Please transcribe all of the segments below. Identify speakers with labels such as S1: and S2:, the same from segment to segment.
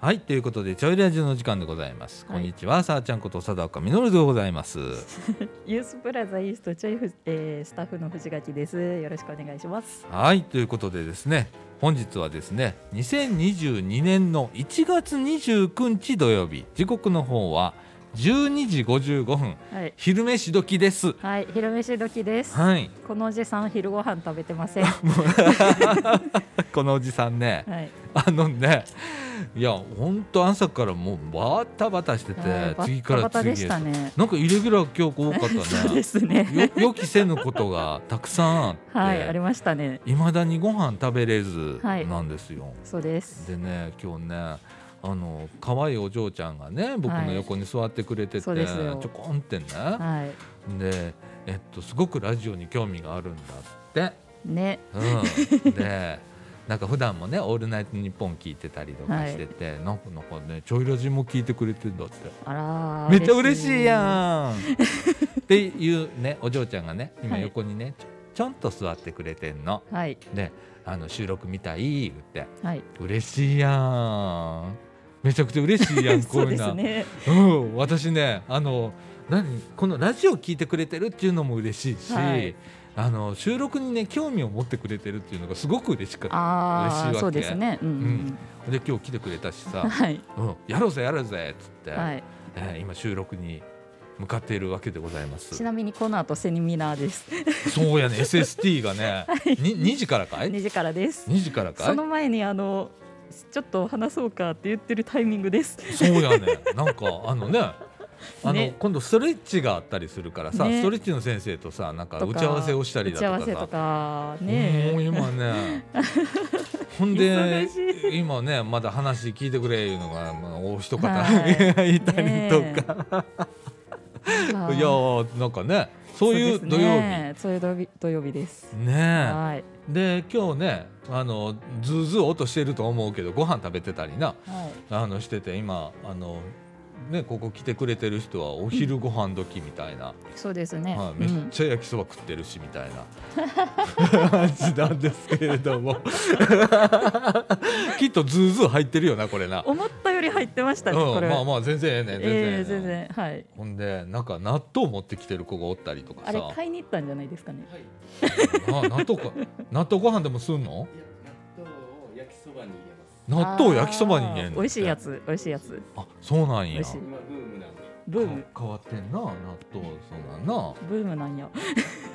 S1: はいということでちょいラジオの時間でございます、
S2: はい
S1: こんにちはさあちゃんこと佐田岡実でございます
S2: ユースプラザイーストチョイフ、えー、スタッフの藤垣です。よろしくお願いします。
S1: はいということでですね本日はですね2022年の1月29日土曜日時刻の方は12時55分
S2: はい。
S1: 昼飯時です
S2: はい、昼飯時です。
S1: はい
S2: このおじさん昼ご飯食べてません。は
S1: このおじさんね
S2: い。
S1: あのねいやほんと朝からもうバタバタしてて
S2: はいバッ
S1: 次から
S2: バタ
S1: 次
S2: で
S1: へ
S2: し
S1: と
S2: たね。
S1: なんかイレギュラー今日多かった
S2: そう
S1: ね
S2: ですね。
S1: よ予期せぬことがたくさんあって、
S2: はい、ありましたね。
S1: いまだにご飯食べれず
S2: はい
S1: なんですよ。
S2: そうです。
S1: でね今日ねあの可愛いお嬢ちゃんがね僕の横に座ってくれてて、
S2: そうですよ
S1: ちょこんってね、
S2: はい。
S1: で、えっと、すごくラジオに興味があるんだって、
S2: ね。
S1: うん、でなんか普段もね「オールナイトニッポン」聞いてたりとかしてて、なんかなんかねちょいラジも聞いてくれてんだって
S2: あらー。
S1: めっちゃ嬉しい やんっていうねお嬢ちゃんがね今
S2: はい
S1: 横にね、ちょちょんと座ってくれてんの。
S2: ん。はい。
S1: であの収録見たい言って
S2: はい。
S1: 嬉しいやんめちゃくちゃ嬉しいやんこ
S2: そうう
S1: い
S2: で
S1: う
S2: す
S1: な
S2: ね。
S1: うん、私ねあの何このラジオ聞いてくれてるっていうのも嬉しいし、
S2: はい
S1: あの収録にね興味を持ってくれてるっていうのがすごく嬉しかった嬉しい
S2: あ
S1: わ
S2: あ、
S1: け
S2: そうですね。うん。
S1: で今日来てくれたし
S2: うん、
S1: さ
S2: はい。
S1: 「うん、やろうぜやろうぜ」っつって、
S2: はい。
S1: えー今収録に向かっているわけでございます
S2: ちなみにこの後セミナーです。
S1: そうやね SST が ね、に2時からかい、
S2: 2時からです。
S1: 2時からか
S2: そ
S1: い
S2: の前にあのちょっと話そうかって言ってるタイミングです。
S1: そうやねなんかあのねあの
S2: ね
S1: 今度ストレッチがあったりするからさ、
S2: ね
S1: ストレッチの先生とさなんか
S2: とか
S1: 打ち合わせをしたり
S2: 打
S1: だ
S2: ち合わ
S1: とか
S2: せ
S1: さ
S2: とか
S1: もう
S2: ね。
S1: 今 ねほんで
S2: 忙
S1: 今ねまだ話聞いてくれいうのが、まあ、お一方、、
S2: はい
S1: たりとか、
S2: あー
S1: いやーなんかねそういう
S2: です
S1: 土曜日ね
S2: ねそういう土曜日土曜日です。
S1: え
S2: はい
S1: で今日ねあのズーズー音してると思うけどご飯食べてたりな
S2: はい
S1: あのしてて今あの、ね、ここ来てくれてる人はお昼ご飯時みたいな、
S2: そうですね。
S1: はいうめっ
S2: ん
S1: ちゃ焼きそば食ってるしみたい な感じなんですけれども きっとズーズー入ってるよなこれな。
S2: 思ったより入ってましたねこ
S1: う
S2: れ。
S1: ん、まあまあ全然ええねん全然え
S2: え
S1: えね
S2: え
S1: ん
S2: 全然はい。
S1: ほんでなんか納豆持ってきてる子がおったりとかさ
S2: あれ買いに行ったんじゃないですかね。
S3: はい、い
S1: あ納豆か納豆ご飯でもすんの
S3: や納豆を焼きそばに入れます。
S1: 納豆を焼きそばに入れ
S2: あ
S1: ん
S2: ー
S1: の
S2: 美味しいやつ美味しいやつ
S1: あそうなん
S2: 美
S1: や
S2: 味しい
S3: 今ブームなんで。
S2: ブーム
S1: か変わってんな納豆そうなん な
S2: ブームなんや。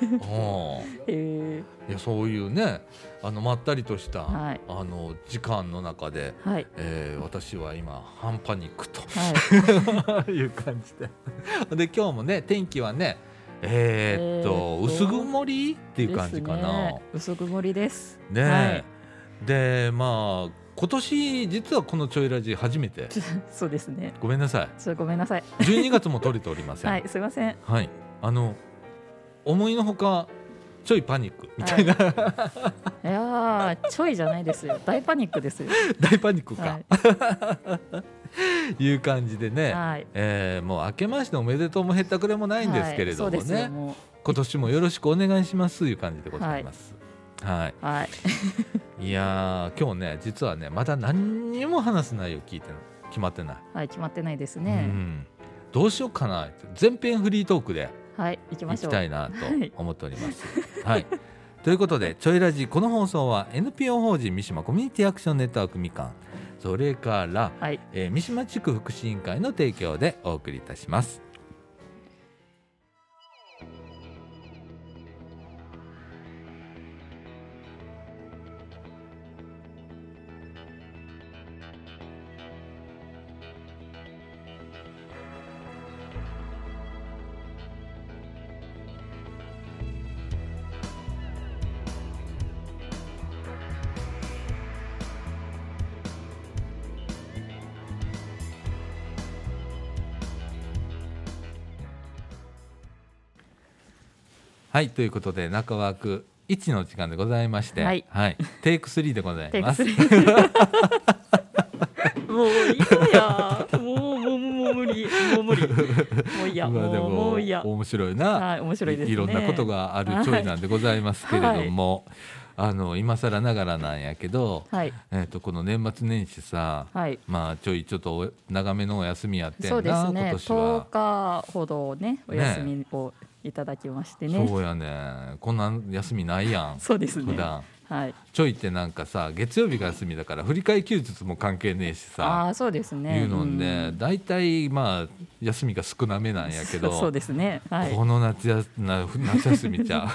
S1: あ
S2: へえ
S1: いやそういうねあのまったりとした、
S2: はい
S1: あの時間の中で、
S2: はい
S1: えー私は今半パニッ クと、
S2: はい。
S1: いう感じで で今日もね天気はねえーっと
S2: えーっと
S1: 薄曇りっていう感じかな
S2: ですね。薄曇りです。
S1: ね
S2: はい
S1: えでまあ今年実はこの「ちょいラジ」初めて
S2: そうですね。
S1: ごめんなさ
S2: ちょっとごめんなさい。
S1: い12月も撮れておりません
S2: はい、すいません。
S1: はい、あの思いのほかちょいパニックみたいな、
S2: いやー、ちょいじゃないですよ。 大パニックですよ。
S1: 大パニックか、
S2: はい。
S1: い、う感じでね、
S2: はい。
S1: えーもう明けましておめでとうもへったくれもないんですけれども
S2: はいそう
S1: ね、
S2: ですよも
S1: 今年もよろしくお願いしますいう感じでございます。はい、
S2: うはい。
S1: い、やー今日ね実はねまだ何にも話す内容聞いてない決まってない、
S2: はい、決まってないです
S1: う
S2: ね。
S1: ん、どうしようかなって全編フリートークで
S2: はい、行きま
S1: 行
S2: しょ
S1: き
S2: う。
S1: たいなと思っております。はい、ということで「ちょいラジ」この放送は NPO 法人三島コミュニティアクションネットワークみかんそれから、
S2: はい。
S1: えー三島地区福祉委員会の提供でお送りいたします。はいということで中枠1の時間でございまして、
S2: はい
S1: テイク3でござい
S2: テイ
S1: ま
S2: ク
S1: す。
S2: 3。もういいや。もう、もう、もう無理。もう無理。もういいや。
S1: ま
S2: も
S1: あで
S2: う、もういいや。
S1: 面白いな、
S2: はい面白いですね
S1: ろんなことがあるちょいなんでございますけれども、あの今更ながらなんやけど、
S2: はい
S1: えー、とこの年末年始さ、
S2: はい。
S1: まあちょいちょっとお長めのお休みやってんな
S2: そうですね。
S1: 今年は
S2: 10。日ほどねお
S1: ね
S2: 休みをいただきましてね。
S1: そうやねこんな休みないやん
S2: そうです
S1: 普
S2: ね。
S1: 段
S2: はい。
S1: ちょいってなんかさ月曜日が休みだから振り替え休日も関係ねえし
S2: あ
S1: さ
S2: あーそうですね。
S1: いうのんで
S2: ん
S1: 大体まあ休みが少なめなんやけど
S2: そうですね。はい。
S1: この夏やな夏休みちゃう、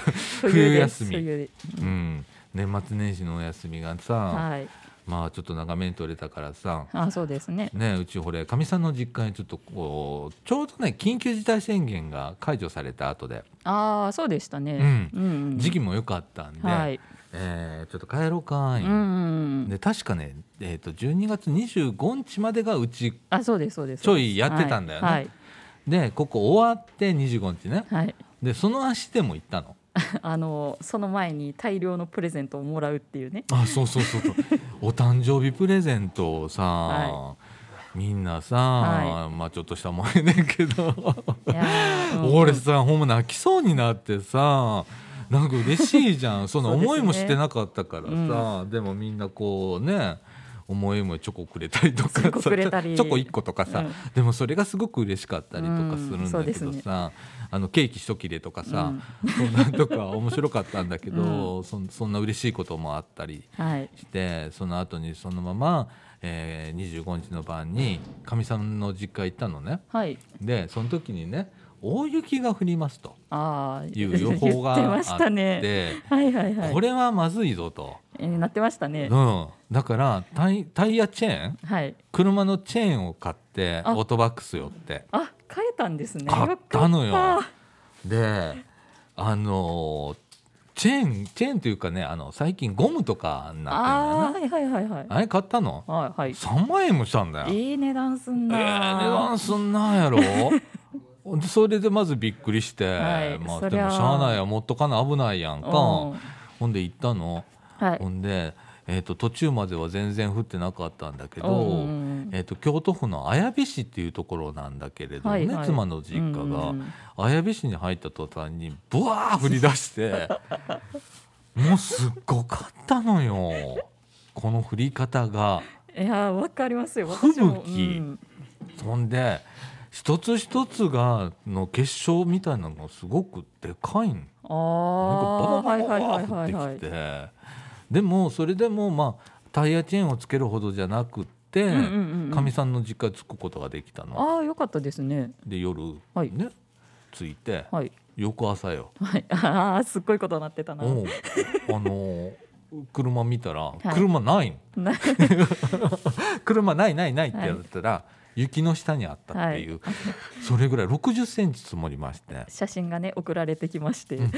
S1: 冬休み
S2: み。
S1: うん、年末年始のお休みがさ、
S2: はい。
S1: まあちょっと長めに取れたからさ
S2: あーそうですね。
S1: ねうちほれかみさんの実家にちょっとこうちょうどね緊急事態宣言が解除された後で
S2: ああそうでしたね。うんうん。
S1: 時期も良かったんで、
S2: はい。
S1: えーちょっと帰ろうかー
S2: う
S1: い、
S2: んうんうん。
S1: で確かね、えー、と12月25日までがうち
S2: あそうですそうです。
S1: ちょいやってたんだよね
S2: はい。
S1: でここ終わって25日ね
S2: はい。はい
S1: でその足でも行ったの
S2: あのその前に大量のプレゼントをもらうっていうね。
S1: あそうそうそう そうお誕生日プレゼントをさ、
S2: は
S1: みんなさ、
S2: は
S1: まあちょっとしたもんやねんけど、
S2: いや ーうんうん
S1: 俺さほんま泣きそうになってさなんか嬉しいじゃんその
S2: そうですね
S1: 思いもしてなかったからさで,、もみんなこうね思いもチョコくれたりとか
S2: チョコくれたり
S1: チョコ1個とかさ、
S2: うん
S1: でもそれがすごく嬉しかったりとかする
S2: うん
S1: ん
S2: そう
S1: だけ
S2: です
S1: ど
S2: ね
S1: さ、あのケーキ一切れとかさ、
S2: う
S1: そんなんとか面白かったんだけ ど、そんそんな嬉しいこともあったり
S2: はい。
S1: してその後にそのまま、えー25日の晩にかみさんの実家行ったのね。
S2: はい。
S1: でその時にね大雪が降りますと
S2: ああ
S1: いう予報が
S2: 言って
S1: あ
S2: ま
S1: っ
S2: した
S1: て、
S2: ね。はいはいはい。
S1: これはまずいぞと、
S2: えーなってましたね。
S1: うん、だからタイタイヤチェーン
S2: はい。
S1: 車のチェーンを買って
S2: あ
S1: オートバックスよって
S2: あ変えたんですね。
S1: 買ったのよ
S2: かっ
S1: であのーチェーンチェーンというかねあの最近ゴムとかに
S2: た
S1: なっ
S2: ああ
S1: てるんだよ
S2: はいはいはいはい
S1: な。あれ買ったの
S2: はいはい。
S1: 3万円もしたんだよえ
S2: いい値段すん
S1: え
S2: な。
S1: 値段すんなんやろでそれでまずびっくりして、
S2: はい
S1: まあ
S2: そ
S1: で
S2: りゃ
S1: もしゃあないや持っとかな危ないやんか、
S2: うん
S1: ほんで行ったの、
S2: はい。
S1: ほんで、えー、と途中までは全然降ってなかったんだけど、
S2: うんうん
S1: えー、と京都府の綾部市っていうところなんだけれどもね、
S2: はいはい
S1: 妻の実家が、
S2: うんうん
S1: 綾部市に入った途端にブワー降り出して もうすっごかったのよこの降り方が。
S2: うんいやーわかりますよ。
S1: 吹
S2: 私
S1: 雪
S2: も。うん
S1: そんで一つ一つがの結晶みたいなのがすごくでかいんなん
S2: ああ
S1: かバ
S2: はい
S1: バ
S2: はい
S1: バ
S2: は
S1: バ
S2: い
S1: バ
S2: は
S1: っ
S2: い
S1: て
S2: は
S1: き。て、
S2: い
S1: でもそれでもまあタイヤチェーンをつけるほどじゃなくって
S2: うんうんうんうん
S1: かみ、さんの実家に着くことができたの。
S2: ああよかったですね。
S1: で夜ね、
S2: はい
S1: 着いて、
S2: はい
S1: 翌朝よ、
S2: はい。 ああすっごいことなってたな。
S1: もうあの車見たら
S2: い
S1: 車ない の、
S2: な
S1: 車ないないないってやったら、雪の下にあったっていう、それぐらい60センチ積もりまして
S2: 写真がね送られてきまして。
S1: ん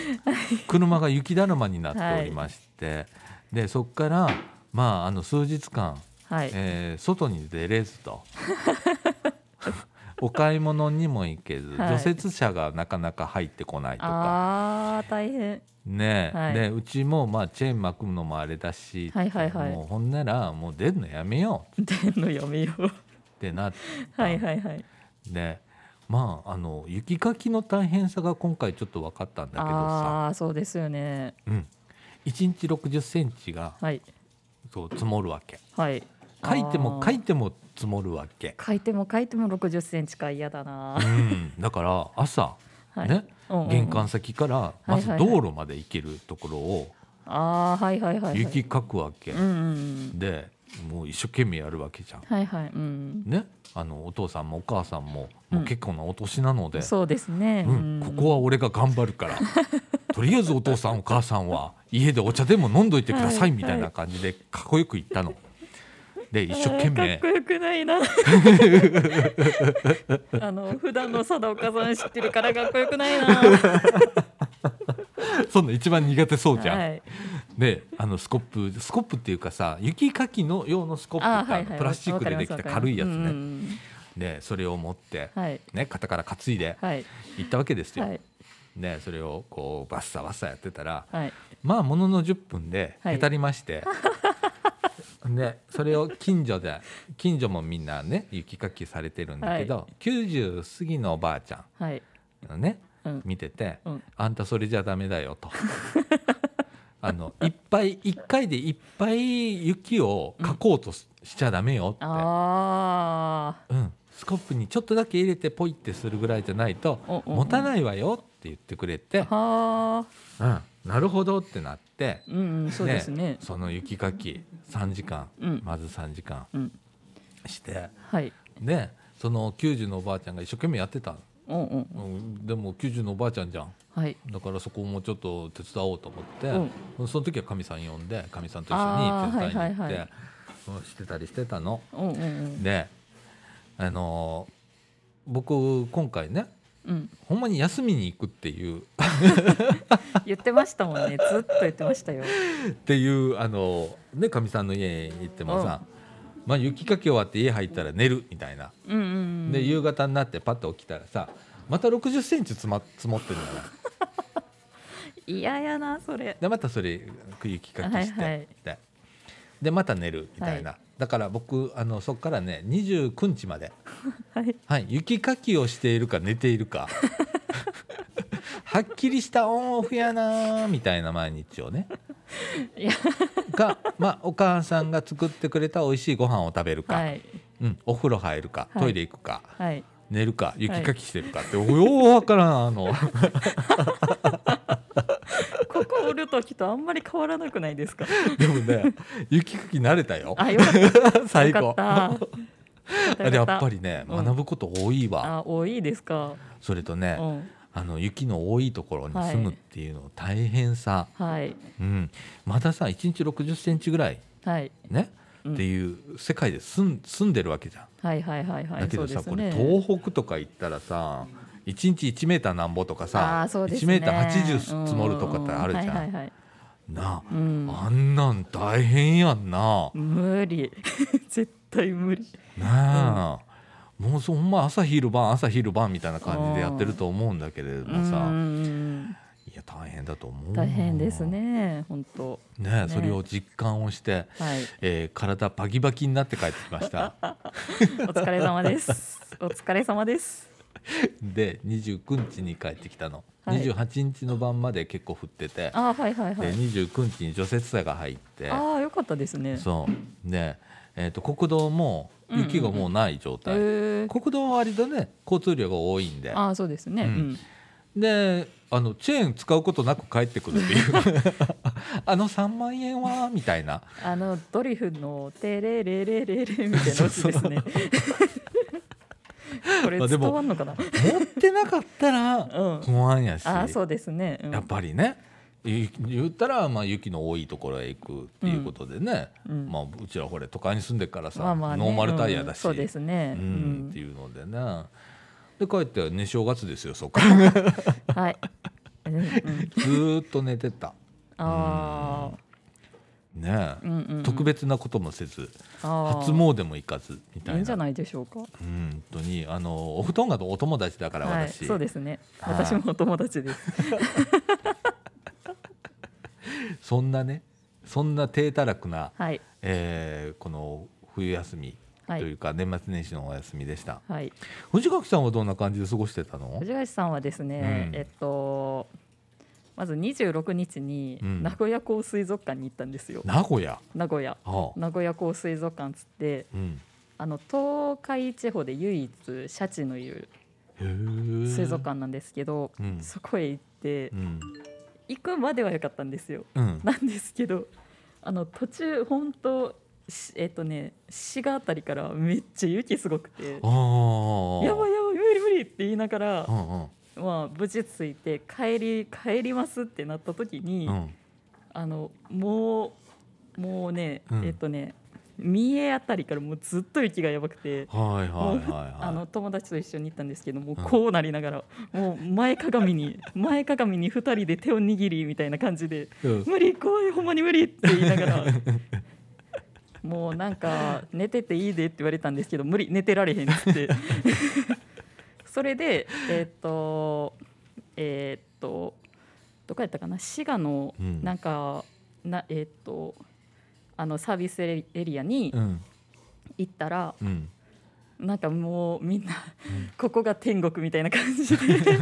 S1: 車が雪だるまになっておりまして、でそこから、まあ、あの数日間、
S2: はい。
S1: えー外に出れずと お買い物にも行けず、
S2: はい
S1: 除雪車がなかなか入ってこないとか。
S2: ああ大変。
S1: ねえ
S2: はい
S1: でうちもまあチェーン巻くのもあれだし、
S2: はいはいはい
S1: もうほんならもう出るのやめようっ
S2: 出んのやめよう。
S1: てなった
S2: はいはいはい。
S1: でまああの雪かきの大変さが今回ちょっと分かったんだけどさ、
S2: ああーそうですよね。
S1: うん、1日6 0センチが
S2: はい
S1: そう積もるわけ
S2: はい。
S1: 書いても
S2: あー
S1: 書いても積もるわけ、
S2: 書いても書いても60センチか嫌だな
S1: う。ん、だから朝、
S2: はい
S1: ね
S2: うんうん
S1: 玄関先から
S2: い
S1: ま
S2: はいは
S1: ず
S2: い
S1: 道路まで行けるところを
S2: ああはいはいはいはい。
S1: 雪かくわけ、
S2: うんうんうん。
S1: でもう一生懸命やるわけじゃん。
S2: はいはいうん。
S1: ね、あのお父さんもお母さんももう結構なお年なので、
S2: そうですね。
S1: うんここは俺が頑張る からとりあえずお父さんお母さんは家でお茶でも飲んどいてくださ
S2: はいい
S1: みたいな感じでかっこよく言ったの。で一生懸
S2: あー
S1: 命
S2: かっこよくな いなあの普段の貞岡さん知ってるからかっこよくないな
S1: そんな一番苦手そうじゃん。
S2: はい
S1: であのスコップスコップっていうかさ雪かきの用のスコップ
S2: あー
S1: って
S2: は
S1: あ
S2: い
S1: の
S2: はい
S1: プラスチックでできた軽いやつ
S2: わかりますわかりますうん
S1: ね
S2: うん
S1: でそれを持って
S2: うんはい
S1: ね肩から担いで
S2: はい
S1: 行ったわけです
S2: は
S1: よ
S2: い
S1: でそれをこうバッサバッサやってたら
S2: はい
S1: まあものの10分で
S2: はい
S1: へたりま してでそれを近所で近所もみんなね雪かきされてるんだけど90過ぎのおばあちゃ
S2: はい
S1: んのね
S2: うん
S1: 見てて
S2: うん
S1: あんたそれじゃダメだよと。あの一ぱい1回でいっぱい雪をかこうとししちゃダメよって、
S2: あ
S1: うん、スコップにちょっとだけ入れてポイってするぐらいじゃないと
S2: あ
S1: 持た
S2: い
S1: ないわよって言ってくれ て、
S2: はあ
S1: うん、なるほどってなって
S2: うんうんそうですね
S1: その雪かき3時間
S2: うん
S1: まず3時間
S2: うん
S1: して
S2: はい
S1: でその90のおばあちゃんが一生懸命やってたの、
S2: うんうん
S1: うん、でも90のおばあちゃんじゃん
S2: はい
S1: だからそこもちょっと手伝おうと思って、
S2: うん
S1: その時はかみさん呼んでかみさんと一緒に手伝いに行って、
S2: あーはいはいはい
S1: うんしてたりしてたの。
S2: うんうんうん
S1: であのー僕今回ね
S2: うん
S1: ほんまに休みに行くっていう
S2: 言ってましたもんねずっと言ってましたよ
S1: っていうあのーねかみさんの家に行ってもさ、まあ、雪かき終わって家入ったら寝るみたいな。
S2: うんうんうん
S1: で夕方になってパッと起きたらさまた6 0センチ積,、ま、積もってるんだよ
S2: 嫌やなそれ
S1: でまたそれ雪かきして、
S2: はいはい
S1: ででまた寝るみたいな、だから僕あのそこからね29日まで、
S2: はい
S1: はい、雪かきをしているか寝ている かはっきりしたオンオフやなーみたいな毎日をね
S2: いや
S1: が、まあ、お母さんが作ってくれた美味しいご飯を食べるか、
S2: はい
S1: うん、お風呂入るか
S2: はい
S1: トイレ行くか、
S2: はい
S1: 寝るか雪かきしてるかって、ようわからんあ の
S2: ここおる時とあんまり変わらなくな いですか
S1: でもね雪かき慣れたよ
S2: あよかった
S1: 最高
S2: よかった
S1: あ
S2: よかった
S1: やっぱりね、
S2: うん
S1: 学ぶこと多いわ
S2: あ多いですか
S1: それと
S2: う
S1: ね、
S2: ん
S1: あの雪の多いところに住むっていうの大変さ、
S2: はい
S1: うん、またさ1日6 0センチぐらい
S2: はい
S1: ね、
S2: う
S1: っ
S2: ん
S1: ていう世界で住ん住んでるわけじゃん、
S2: はいはいはいはい
S1: だけどさ、
S2: そ
S1: こ
S2: うで
S1: れ
S2: すね
S1: 東北とか行ったらさ1日1メーターなんぼとかさ、
S2: あーそうです
S1: 1
S2: ね
S1: メーター80積もるとかってあるじゃん、
S2: うはいはいはい
S1: な
S2: う
S1: あ、
S2: ん
S1: あんなん大変やんな、
S2: 無理 絶対無理
S1: なあ、もうそほんま朝昼晩朝昼晩みたいな感じでやってると思うんだけれどもさ、
S2: うん
S1: いや大変だと思う
S2: 大変ですね本当
S1: ね
S2: ね
S1: それを実感をして、
S2: はい
S1: えー体バキバキになって帰ってきました
S2: お疲れ 様ですお疲れ様です
S1: で29日に帰ってきたの、
S2: はい
S1: 28日の晩まで結構降ってて
S2: あはいはいは
S1: で
S2: い
S1: 29日に除雪車が入って
S2: ああよかったですね
S1: そうで、えー、と国道も雪がもうない状態、
S2: へえ
S1: 国道は割とね交通量が多いんで
S2: ああそうですね
S1: う
S2: うんん
S1: であのチェーン使うことなく帰ってくるっていう あの3万円はみたいな
S2: あのドリフのテレレレレレみたいなやつです ねこれ
S1: まあで
S2: 伝
S1: も
S2: わんのかな
S1: 持ってなかったら
S2: うん
S1: 不安やし、
S2: ああそうですねうん
S1: やっぱりねい言ったらまあ雪の多いところへ行くっていうことでね、
S2: うん
S1: まあ、うちらこれ都会に住んでっからさ、
S2: まあまあね
S1: ノーマルタイヤだ
S2: うん
S1: し、
S2: そうですね
S1: う
S2: うん
S1: って
S2: ん
S1: いうのでねで帰って寝正月ですよそっ からず
S2: はいうんうん
S1: ーっと寝てた
S2: ああ
S1: ねえ、
S2: うんうんうん
S1: 特別なこともせず初
S2: 初
S1: 詣も行かずみたい
S2: い
S1: ない
S2: んじゃないでしょうか。
S1: うん本当にあのお布団がお友達だから
S2: はい、
S1: 私、
S2: そうですね。
S1: はい
S2: 私もお友達です。
S1: そんなねそんな低たらくな、
S2: はい、
S1: えーこの冬休みと
S2: はい
S1: いうか、年末年始のお休みでした
S2: はい。
S1: 藤垣さんはどんな感じで過ごしてたの
S2: 藤橋さんはですね、
S1: うん
S2: えっと。まず26日に
S1: うん
S2: 名古屋港水族館に行ったんですよ。
S1: 名古屋
S2: 名古屋。
S1: ああ
S2: 名古屋港水族館つって、
S1: うん
S2: あの東海地方で唯一シャチのいる
S1: へー
S2: 水族館なんですけど。
S1: うん
S2: そこへ行って
S1: う、ん
S2: 行くまでは良かったんですよ。
S1: うん
S2: なんですけどあの途中本当しえっ、とね滋賀あたりからめっちゃ雪すごくて
S1: ああ
S2: やばいやばい無理無理って言いながら
S1: う、んうん
S2: まあ、無事着いて帰り帰りますってなった時に、
S1: うん
S2: あのもうもうね、
S1: うん
S2: えっ、とね三重あたりからもうずっと雪がやばくて。
S1: はいはいはいはい
S2: あの友達と一緒に行ったんですけどもう
S1: うん
S2: こうなりながら、もう前かがみに前かがみに2人で手を握りみたいな感じで
S1: うん
S2: 無理怖いほんまに無理って言いながらもうなんか寝てていいでって言われたんですけど無理寝てられへんっつって それでえーっとえーっとどこやったかな滋賀の
S1: うん
S2: なんか、なえーっとあのサービスエリアに
S1: うん
S2: 行ったら、
S1: うん
S2: なんかもうみんな、
S1: ん
S2: ここが天国みたいな 感じで寒い寒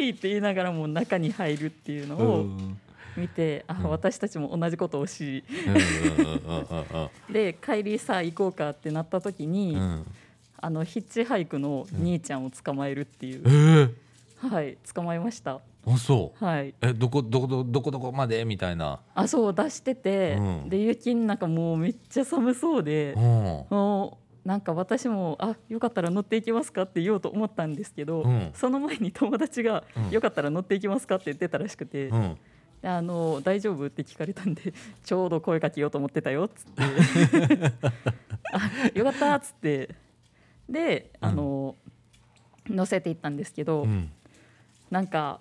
S2: いって言いながらもう中に入るっていうのを、
S1: うん
S2: 見てあ、
S1: うん
S2: 私たちも同じことをし
S1: うんうんうんうん
S2: で帰りさあ行こうかってなった時に、
S1: うんうん
S2: あのヒッチハイクの兄ちゃんを捕まえるっていう、
S1: え
S2: はい捕まえました
S1: えあそう
S2: はい
S1: えどこどこどどこどこまでみたいな、
S2: あそう出してて、
S1: うん
S2: で雪の中もうめっちゃ寒そうで
S1: う、ん、
S2: もうなんか私も「あよかったら乗っていきますか?」って言おうと思ったんですけど、
S1: うん
S2: その前に友達が
S1: うん
S2: 「よかったら乗っていきますか?」って言ってたらしくて「
S1: うん、
S2: であの大丈夫?」って聞かれた んで「ちょうど声かけようと思ってたよ」っつって「あよかった」っつってであの、乗せていったんですけど、
S1: うん、
S2: なんか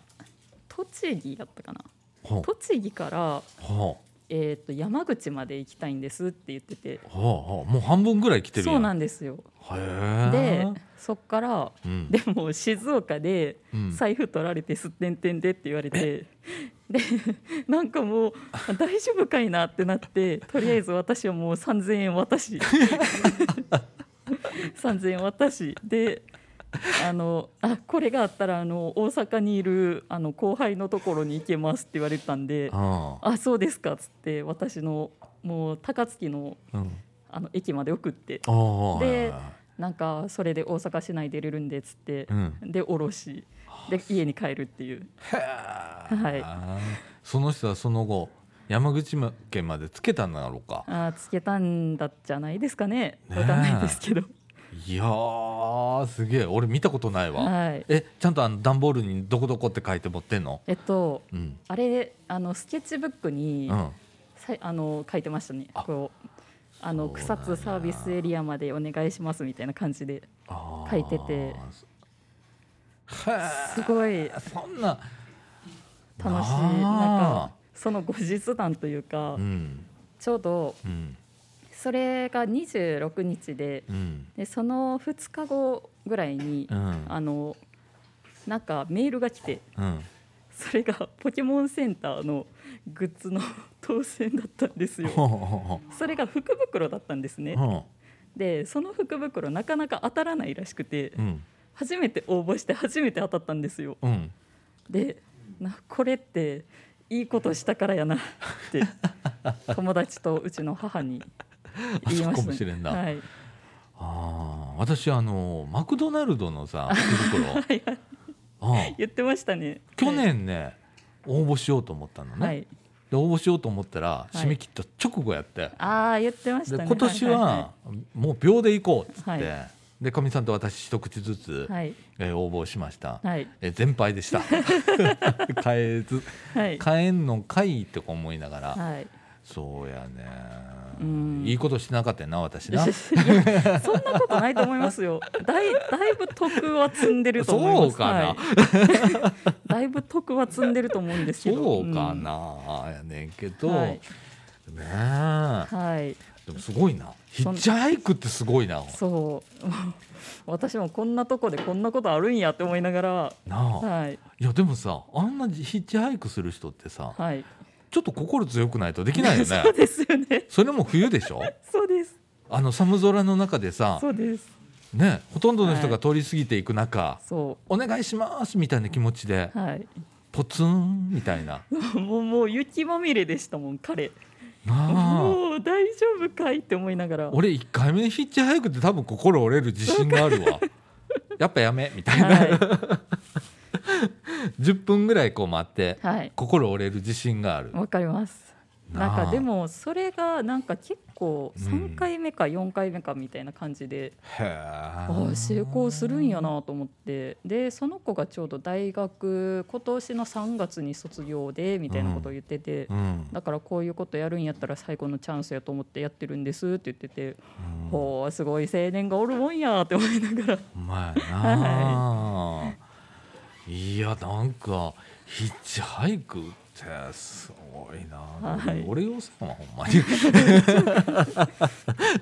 S2: 栃木だったかな
S1: は
S2: 栃木から、
S1: あは
S2: えー、と山口まで行きたいんですって言ってて
S1: あはあはあもう半分ぐらい来てるやん
S2: そうなんんですよ。
S1: へ
S2: で
S1: え
S2: そっから
S1: うん、
S2: でも静岡で
S1: うん
S2: 財布取られてすってんてんでって言われて、で なんかもうあ大丈夫かいなってなってとりあえず私はもう3,000円渡し 3,000円渡しであのあこれがあったらあの大阪にいるあの後輩のところに行けますって言われたんで
S1: あ
S2: あそうですかっつって私のもう高槻の
S1: あ、うん、
S2: あの駅まで送って
S1: ああはいはい
S2: で
S1: は
S2: なんかそれで大阪市内出れるんでっつって
S1: い、う、ん、
S2: で降ろしで家に帰るっていう
S1: へえ、
S2: はい
S1: その人はその後山口県までつけたんだろうか
S2: あーつけたんだじゃないですかね
S1: ねえ
S2: わかんないですけど、
S1: いやーすげえ俺見たことないわ、
S2: はい
S1: えちゃんとあの段ボールにどこどこって書いて持ってんの
S2: えっと
S1: うん
S2: あれあのスケッチブックに、
S1: うん
S2: さいあの書いてましたね
S1: あ
S2: こうあの
S1: そうなん
S2: 草
S1: だ
S2: 津サービスエリアまでお願いしますみたいな感じで
S1: あー
S2: 書いてて
S1: へ
S2: すごい
S1: えそんな
S2: 楽しい
S1: あー
S2: なんかその後日談というか、
S1: うん
S2: ちょうど
S1: うん
S2: それが26日で
S1: うん
S2: でその2日後ぐらいに、
S1: うん
S2: あのなんかメールが来て
S1: うん
S2: それがポケモンセンターのグッズの当選だったんですよ
S1: ほうほうほ
S2: それが福袋だったんです
S1: う
S2: ね
S1: うん
S2: でその福袋なかなか当たらないらしくて
S1: うん
S2: 初めて応募して初めて当たったんですよ
S1: うん
S2: でなこれっていいことしたからやなって友達とうちの母に言いま
S1: あそうか
S2: し
S1: もしたれん
S2: ね
S1: な
S2: はい
S1: あー私あのマクドナルドの さ福袋
S2: はいはい
S1: うん
S2: 言ってましたね
S1: 去年ね応募しようと思ったのね、
S2: はい
S1: で応募しようと思ったら
S2: い
S1: 締め切った直後やって、
S2: ああ言ってました
S1: で
S2: ね
S1: 今年はもう秒で行こうっつって、
S2: はい
S1: でかみさんと私一口ずつ、
S2: はい
S1: えー応募しました、
S2: はいはい
S1: えー全敗で した買えず
S2: はい
S1: 買えんのかいとか思いながら、
S2: はい
S1: そうやね
S2: うん
S1: いいことしてなかったよな私
S2: い
S1: な
S2: やそんなことないと思いますよ。だいだいぶ徳は積んでると思います。
S1: そうかな
S2: はいだいぶ徳は積んでると思うんですけ
S1: そ
S2: ど。
S1: うかな、やねんけど、
S2: はい
S1: ねえ
S2: うん。はい、
S1: でもすごいなヒ
S2: そん
S1: ッチハイクってすごいな
S2: そう。私もこんなとこでこんなことあるんやって思いながら、
S1: なあ、
S2: はい
S1: いやでもさあんなヒッチハイクする人ってさ
S2: はい。
S1: ちょっと心強くないとできないよ ね
S2: そうですよね。
S1: それも冬でしょ
S2: そうです。
S1: あの寒空の中でさ
S2: そうです。
S1: ねほとんどの人が通り過ぎていく中、
S2: そ
S1: お願いしますみたいな気持ちで
S2: う。はい。
S1: ポツンみたいな
S2: もうもう雪まみれでしたもん彼。
S1: なあ
S2: もう大丈夫かいって思いながら。
S1: 俺1回目のヒッチハイクって多分心折れる自信がある わやっぱやめみたいな、
S2: は
S1: 10分ぐらいこう待って
S2: い。はい。
S1: 心折れる自信がある
S2: わかります。
S1: なあ
S2: なんかでもそれがなんか結構
S1: うん
S2: 3回目か4回目かみたいな感じで、
S1: へあ
S2: ああ成功するんやなと思ってでその子がちょうど大学今年の3月に卒業でみたいなことを言ってて、
S1: うん
S2: だからこういうことやるんやったら最後のチャンスやと思ってやってるんですって言ってて、
S1: うん
S2: ほうすごい青年がおるもんやって思いながら
S1: ほんまやな、い、やなんかヒッチハイクってすごいな、
S2: はい
S1: 俺よさんはほんまに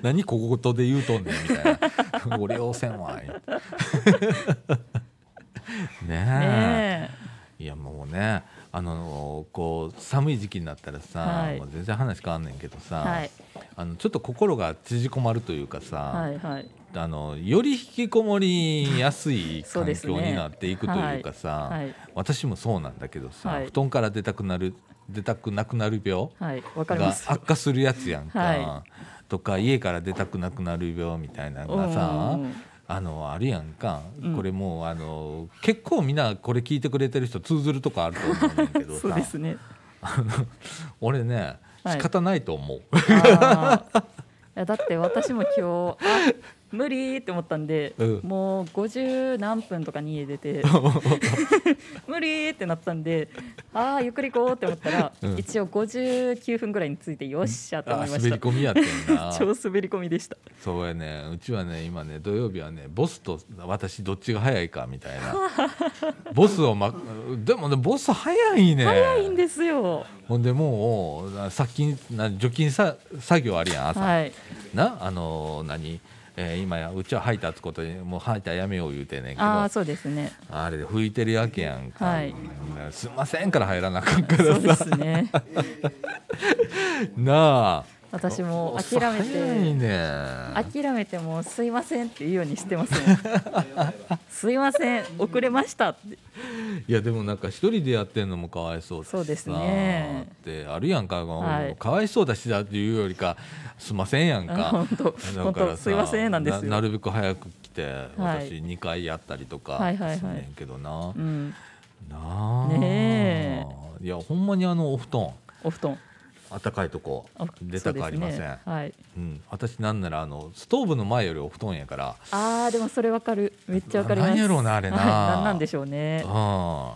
S1: 何こことで言うとんねんみたいな俺よせんは ねえ
S2: ね
S1: いやもうねあのこう寒い時期になったらさ、
S2: はい
S1: もう全然話変わんねんけどさ、
S2: えはい
S1: あのちょっと心が縮こまるというかさ、
S2: はいはい
S1: あのより引きこもりやすい
S2: そう
S1: 環
S2: ですね
S1: 境になっていくというかさ
S2: はい
S1: 私もそうなんだけどさ、
S2: はい
S1: 布団から出たくなる出たくなくなる病
S2: はいわかりま
S1: が
S2: す
S1: 悪化するやつやんか、
S2: は
S1: とか家から出たくなくなる病みたいなのがさ、
S2: うん
S1: あのあるやんか、
S2: うん
S1: これもうあの結構みんなこれ聞いてくれてる人通ずるとこあると思うんだけど
S2: そう
S1: さ、
S2: ですね
S1: 俺ね
S2: はい
S1: 仕方ないと思う、
S2: あー いやだって私も今日あ無理って思ったんで、
S1: うん
S2: もう50何分とかに家 出て無理ってなったんでああゆっくり行こうって思ったら、
S1: うん
S2: 一応59分ぐらいについてよっしゃって
S1: あ
S2: 思いま
S1: 滑
S2: し
S1: り
S2: た
S1: 込みやってん な
S2: 超滑り込みでした
S1: そうやねうちはね今ね土曜日はねボスと私どっちが早いかみたい なボスを、ま、でもねボス早いね
S2: 早いんですよ
S1: ほんでもうな殺菌な除菌さ作業あるやん朝、
S2: はい
S1: なあの何、えー今やうちはハイターつことにもうハイターやめよう言うてんねんけど
S2: ああ
S1: あ
S2: そうですね
S1: れで拭いてるわけやんか、
S2: はい
S1: すんませんから入らなあかんか
S2: そ
S1: ら
S2: うで
S1: さ
S2: す ね
S1: なあ
S2: 私も諦め
S1: 早い
S2: て
S1: ね
S2: 諦めてもうすいませんって言うようにしてます もんすいません遅れましたって
S1: いやでもなんか一人でやってんのもかわいそうだしさ
S2: そうですね
S1: ってあるやんか、
S2: はい
S1: かわいそうだしだっていうよりかすんませんやん
S2: あ
S1: か
S2: 本当
S1: だ
S2: 本
S1: から
S2: 当
S1: さ
S2: すいませんなんですよ。
S1: なるべく早く来て
S2: はい
S1: 私2回やったりとか
S2: はいはいはい
S1: すんねんけどな、
S2: うん、
S1: なあ、
S2: ね
S1: いやほんまにあのお布団
S2: お布団。
S1: あったかいとこ
S2: お
S1: 出たくありません
S2: そううですねはい。
S1: ん、私なんならあのストーブの前よりお布団やから
S2: ああでもそれわかる。めっちゃわかります。
S1: なんやろうなあれな
S2: はいなんなんでしょうね。
S1: うんも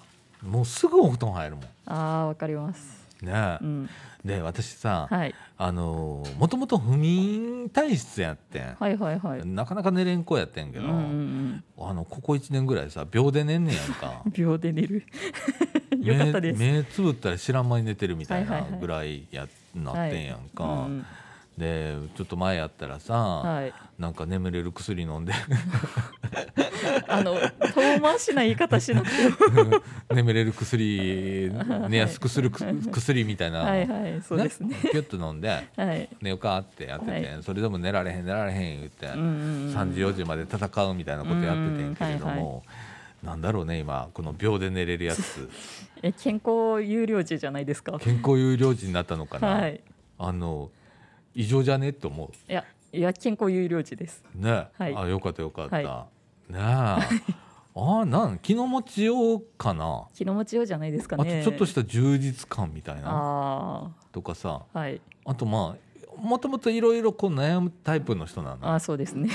S1: うすぐお布団入るもんね
S2: ああわかります。
S1: え、
S2: うん。
S1: で私さ、
S2: はい
S1: あのもともと不眠体質やってん、
S2: はいはいはい。うん
S1: なかなか寝れん子やってんけ
S2: う
S1: ど、
S2: んうん。
S1: あのここ1年ぐらいさ秒で寝んねやんか
S2: 秒で寝る。 よかったです。
S1: 目目つぶったら知らん間に寝てるみたい
S2: は
S1: ない
S2: はいはい
S1: ぐらいや、なってんやんか、
S2: はいうん
S1: でちょっと前やったらさ、
S2: はい、
S1: なんか眠れる薬飲んで
S2: あの遠回しな言い方しなくても
S1: 眠れる薬寝やすくするく薬みたいなの
S2: はいはいそうですね
S1: なピュッと飲んで
S2: はい
S1: 寝ようかってやってて、
S2: はい
S1: それでも寝られへん寝られへん言って、
S2: うんうんうん
S1: 3時4時まで戦うみたいなことやっててんけれど
S2: うんうん
S1: も、なんだろうね今この秒で寝れる やつ
S2: え健康有料児じゃないですか
S1: 健康有料児になったのかな、
S2: はい
S1: あの異常じゃねって思う
S2: いやいや健康有料児です
S1: ね、
S2: はい
S1: あよかったよかった、
S2: はい
S1: ねえ あなん気の持ちようかな
S2: 気の持ちようじゃないですか
S1: あと
S2: ね
S1: ちょっとした充実感みたいな
S2: ああ
S1: とかさ
S2: はい、
S1: あとまあもともといろいろこう悩むタイプの人なの
S2: あそうですね。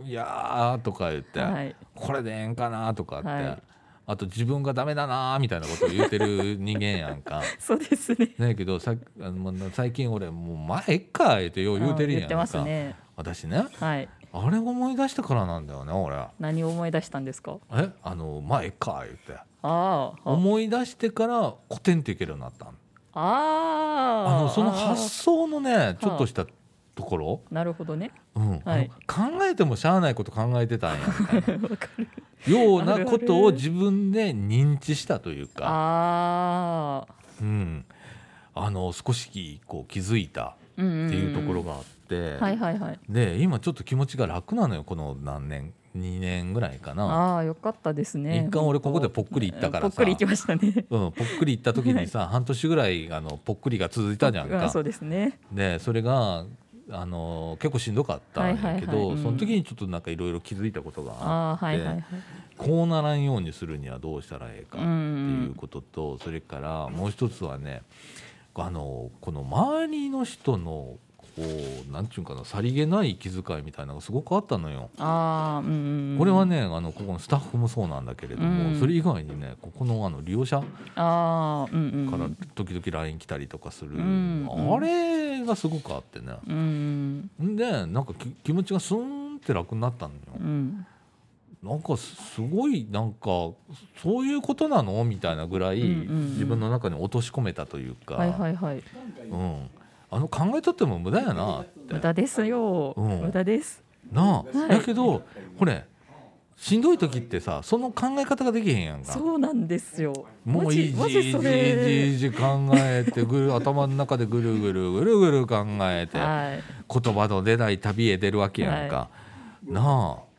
S1: うん、いやーとか言って、
S2: はい、
S1: これでええんかなとかって、
S2: はい
S1: あと自分がダメだなーみたいなことを言ってる人間やん か。
S2: そうですね。
S1: なんやけどさあのもう最近俺もう前っか言ってよう言うてるやん
S2: あ言っ
S1: か
S2: てますね。
S1: 私ね
S2: はい、
S1: あれ思い出したからなんだよね俺
S2: 何を思い出したんですか。
S1: えあの前っか言って
S2: あーあ、
S1: 思い出してから古典っていけるようになったの
S2: あ
S1: あ
S2: あ、
S1: のその
S2: あー
S1: 発想のねちょっとしたところ、
S2: なるほどね。
S1: うん
S2: はい
S1: あの考えてもしゃあないこと考えてたんやみたいな
S2: わかる。
S1: ようなことを自分で認知したというか、
S2: ああ、
S1: うん、あの少しこう気づいた
S2: うんう
S1: っ
S2: ん、ん。
S1: ていうところ。があって、
S2: はいはいはい。
S1: で今ちょっと気持ちが楽なのよこの何年2年ぐらいかな。
S2: ああ、よかったですね。
S1: 一回俺ここで
S2: 本
S1: ぽ
S2: 当
S1: っくり行ったからさ
S2: うんぽっくり行きましたね。
S1: うん、ぽっくり行った時にさ半年ぐらいあのぽっくりが続いたじゃん
S2: う
S1: か。
S2: そうですね。
S1: でそれがあの結構しんどかったんやけど、
S2: はいはいはいうん
S1: その時にちょっとなんかいろいろ気づいたことがあっ
S2: ああ、はいはいはい。
S1: こうならんようにするにはどうしたらええかっ
S2: う
S1: ていうんこととそれからもう一つはねあのこの周りの人のこうなんちゅうんかなさりげない気遣いみたいなのがすごくあったのよ。
S2: うん。ああ、うんうんうん。
S1: これは。ねあのここのスタッフもそうなんだけれども、
S2: うん
S1: それ以外にねここのあの利用者か
S2: ああ、うんうん。
S1: ら時々 LINE 来たりとかする、
S2: うん
S1: あれがすごくあってね
S2: うん
S1: でなんかき気持ちがスーンって楽になったのよ。
S2: うん。うん。
S1: なんかすごいなんかそういうことなのみたいなぐらい
S2: うんうんうん
S1: 自分の中に落とし込めたというか、
S2: はいはいはい。
S1: うん、あの考えとっても無駄やなって
S2: 無駄ですよ、
S1: うん
S2: 無駄です
S1: なあ、
S2: はい
S1: だけどこれしんどい時ってさその考え方ができへんやんか
S2: そうなんですよ
S1: も
S2: マ
S1: うい
S2: ジ
S1: い
S2: マ
S1: じい
S2: ジ
S1: じ
S2: そ
S1: い
S2: れ
S1: じ考えてぐる頭の中でぐるぐるぐるぐる考えて
S2: はい
S1: 言葉の出ない旅へ出るわけやんか、な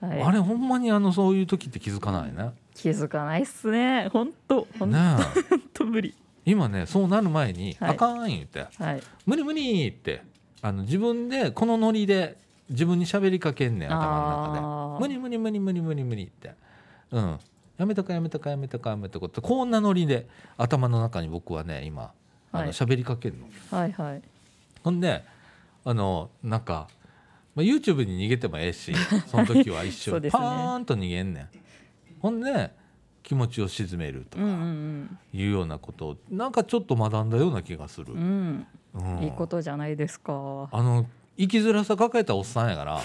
S1: あ、
S2: はい
S1: あれほんまにあのそういう時って気づかないね。
S2: 気づかないっすね本当本
S1: なあ
S2: 当無理
S1: 今ねそうなる前に「
S2: はい
S1: あかん」言って
S2: はい、
S1: 「無理無理」ってあの自分でこのノリで自分に喋りかけんねん頭の中で。
S2: あー
S1: 無理無理無理無理無理無理って、うん、やめとかやめとかやめとかやめとかってこんなノリで頭の中に僕はね今あ
S2: は
S1: の
S2: い
S1: 喋りかけるの、
S2: はいはい
S1: ほんであのなんか、まあ、YouTube に逃げてもええしその時は一
S2: そ
S1: 瞬、
S2: うです
S1: パ
S2: ね
S1: ーンと逃げんねんほんで気持ちを鎮めると
S2: う
S1: か
S2: んうん
S1: いうようなことをなんかちょっと学んだような気がする、
S2: うんうん
S1: うん
S2: いいことじゃないですか
S1: あの生きづらさ抱えたおっさんやから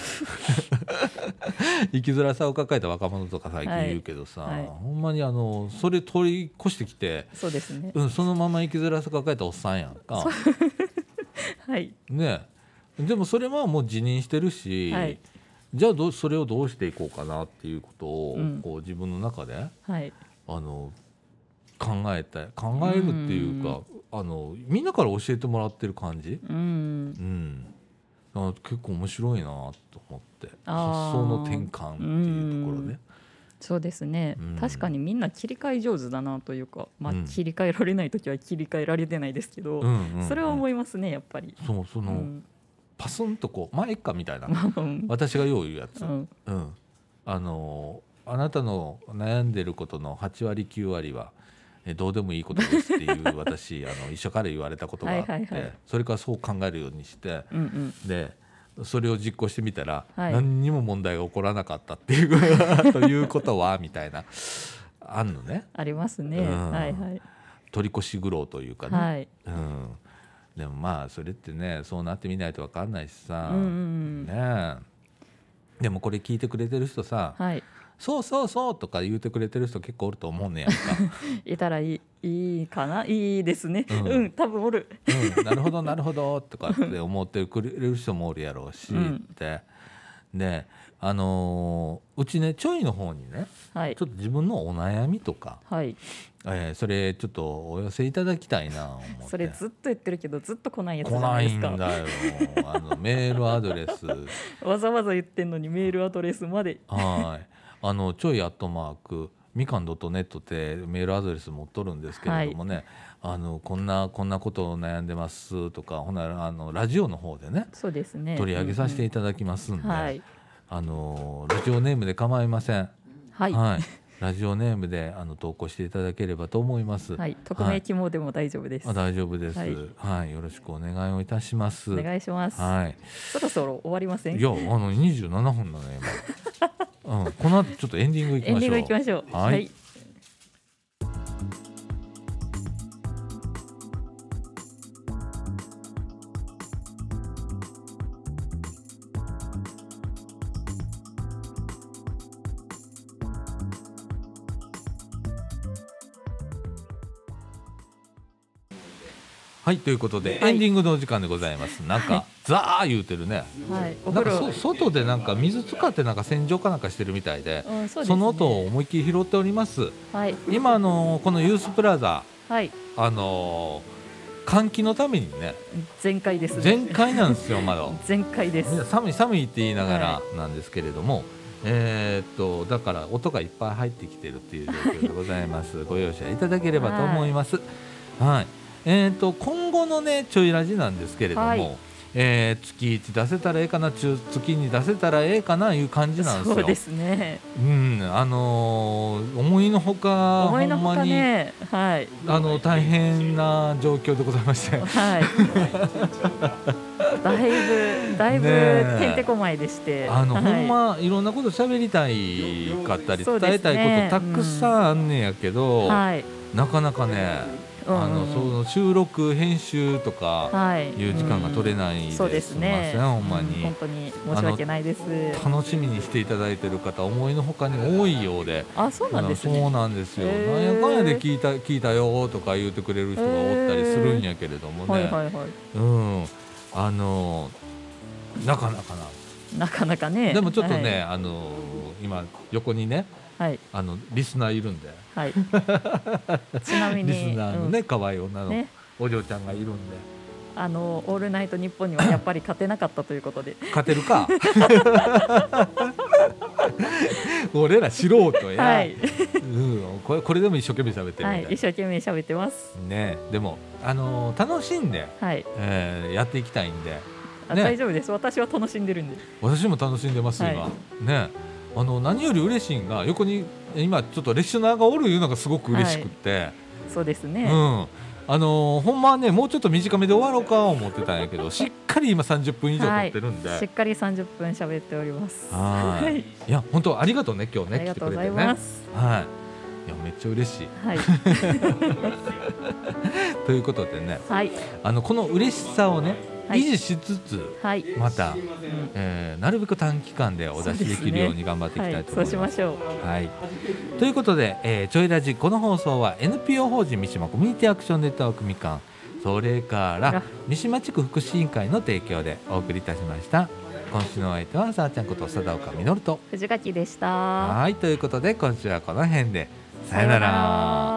S1: 生きづらさを抱えた若者とか最近言うけどさ、
S2: はいはい
S1: ほんまにあのそれ通り越してきて、
S2: そうですね
S1: うん、そのまま生きづらさ抱えたおっさんやんか、
S2: はい
S1: ね、でもそれはもう辞任してるし、
S2: はい
S1: じゃあどうそれをどうしていこうかなっていうことを、
S2: うん
S1: こう自分の中で
S2: はい
S1: あの考えて考えるっていうかあのみんなから教えてもらってる感じ。
S2: うん
S1: うん、あ結構面白いなと思って発
S2: あー
S1: 想の転換っていうところね。
S2: そうですね、
S1: うん
S2: 確かにみんな切り替え上手だなというか、まあ
S1: うん、
S2: 切り替えられない時は切り替えられてないですけど、
S1: うんうん
S2: それは
S1: う
S2: 思いますねやっぱり。
S1: んそうそうの、
S2: ん、
S1: パスンとこう「まあえっか」み たいな
S2: うん
S1: 私がよう言うやつ。
S2: う
S1: うん
S2: ん
S1: あのーあなたの悩んでることの8割9割はえどうでもいいことですっていう私あの医者から言われたことがあって
S2: はいはいはい
S1: それからそう考えるようにして
S2: うんうん
S1: でそれを実行してみたら、
S2: はい
S1: 何にも問題が起こらなかったっていうという ことはみたいなあんのね
S2: ありますね、
S1: うん
S2: はいはい
S1: 取り越し苦労というかね、
S2: はい
S1: うん、でもまあそれってねそうなってみないと分かんないしさ、
S2: うんうんうん
S1: ねえでもこれ聞いてくれてる人さ「
S2: はい
S1: そうそうそう」とか言うてくれてる人結構おると思うねやんか、
S2: いたらいいいいかないいですね
S1: う
S2: うんん、多分おる
S1: うん、 なるほどなるほどとかって思ってくれる人もおるやろうし
S2: うん
S1: って、であのーうちねちょいの方にね
S2: はい
S1: ちょっと自分のお悩みとか、
S2: はい
S1: えーそれちょっとお寄せいただきたいな思って
S2: それずっと言ってるけどずっと来ないやつじ
S1: 来
S2: ゃな
S1: ないい
S2: です
S1: ん
S2: か
S1: だよあのメールアドレス
S2: わざわざ言ってんのにメールアドレスまで
S1: はいあのちょいアットマークみかん .net ってメールアドレス持っとるんですけれどもね、あのこんなこんなことを悩んでますとかほんならあのラジオの方でね
S2: そうですね
S1: 取り上げさせていただきますんで、
S2: うんうんはい
S1: あのラジオネームで構いません、
S2: は
S1: はい
S2: い、は
S1: ラジオネームであの投稿していただければと思います。
S2: い匿名希望でも大丈夫です、
S1: あ大丈夫です、は
S2: はいい。
S1: よろしくお願いをいたします。
S2: お願いします、
S1: はい。
S2: そろそろ終わりません
S1: いやあの27分だね 今、うん、この後ちょっとエンディングいき
S2: エン
S1: ま
S2: デ
S1: し
S2: ィン
S1: ょう
S2: グいきましょう
S1: はいはいということで、エンディングのお時間でございますなんか、ザー言うてるね
S2: はい、お
S1: なん
S2: 風
S1: か
S2: 呂
S1: そ外でなんか水使ってなんか洗浄かなんかしてるみたいで,、
S2: うんそうですね
S1: その音を思いっきり拾っております
S2: はい
S1: 今あのこのユースプラザ
S2: はい
S1: あの換気のためにね
S2: 全開ですね
S1: 全開なんですよま だ
S2: 全開で
S1: みんな
S2: す
S1: 寒い寒いって言いながらなんですけれども、えーっとだから音がいっぱい入ってきてるっていう状況でございますご容赦いただければと思いますはいえーっと今後のねちょいラジなんですけれども、
S2: はい
S1: えー月1出せたらええかな中月に出せたらええかないう感じなんですよ
S2: そうですね
S1: うんあのー思いのほか
S2: 思いのほ
S1: ほんま
S2: か
S1: に
S2: ねはい
S1: あの大変な状況でございまして
S2: はい だいぶだいぶ
S1: ねえ
S2: てんてこまいでして
S1: あの、
S2: はい、
S1: ほんまいろんなこと喋りたいかったり
S2: そ
S1: 伝
S2: うです
S1: え
S2: ね
S1: たいことたくさんあんねんやけど、
S2: はい、
S1: なかなかね、
S2: うんうん
S1: あのその収録編集とか
S2: はい
S1: いう時間が取れ
S2: い
S1: ないで、
S2: そうですす
S1: みませ
S2: ね
S1: んほんま
S2: う
S1: に
S2: 本。当に申し訳ないです
S1: 楽しみにしていただいてる方思いのほかに多いようで。
S2: あそうなんです
S1: そう
S2: ね
S1: なんですよ、
S2: へー
S1: なんやかんやで聞いた聞いたよとか言ってくれる人がおったりするんやけれどもね、
S2: はいはいはい
S1: うんあのなかなかな
S2: なかなかね
S1: でもちょっとね、あの今横にね
S2: はい
S1: あのリスナーいるんで
S2: はい、はい、ちなみ
S1: リ
S2: に
S1: スナーのね可愛、い女
S2: う
S1: の、
S2: んね
S1: お嬢ちゃんがいるんで
S2: あの「オールナイトニッポン」にはやっぱり勝てなかったということで
S1: 勝てるか 俺ら素人や、
S2: はい
S1: うん、これこれでも一生懸命喋ってるみた
S2: はいい
S1: な、、
S2: 一生懸命喋ってます。
S1: ねでも、あのー楽しんで、
S2: はい、
S1: えーやっていきたいんで
S2: あ
S1: ね
S2: 大丈夫です。私は楽しんでるんで。
S1: 私も楽しんでます今、
S2: は
S1: ねあの何より嬉しいんが横に今ちょっとレッシュナーがおるいうのがすごく嬉しくって、
S2: そうですね。
S1: うんあのーほんまはねもうちょっと短めで終わろうか思ってたんやけ どしっかり今30分以上
S2: は
S1: 撮っ
S2: い
S1: てるんで、
S2: しっかり三十分喋っております。
S1: はい
S2: はい
S1: いや本当ありがとうね今日
S2: あ
S1: ね
S2: り
S1: 来
S2: が
S1: て
S2: と
S1: く
S2: うご
S1: れ
S2: ざ
S1: て
S2: い
S1: ね
S2: ます。
S1: はいいやめっちゃ嬉しい
S2: はい、
S1: ということでね
S2: はい、
S1: あのこの嬉しさをね、
S2: はい
S1: 維持しつつ、
S2: はい。
S1: また
S3: 知りません
S2: うん
S1: えーなるべく短期間でお出しできるように頑張っていき
S2: は
S1: たい
S2: い、
S1: と
S2: そ
S1: 思
S2: う
S1: います。
S2: しましょう。
S1: はい、ということで、えーちょいラジこの放送は NPO 法人三島コミュニティアクションネットワークみかんそれから
S2: あ
S1: 三島地区福祉委員会の提供でお送りいたしました今週のお相手はさあちゃんこと佐田岡実と
S2: 藤垣でした。
S1: はいということで今週はこの辺でさよな
S2: さよな
S1: ら
S2: ら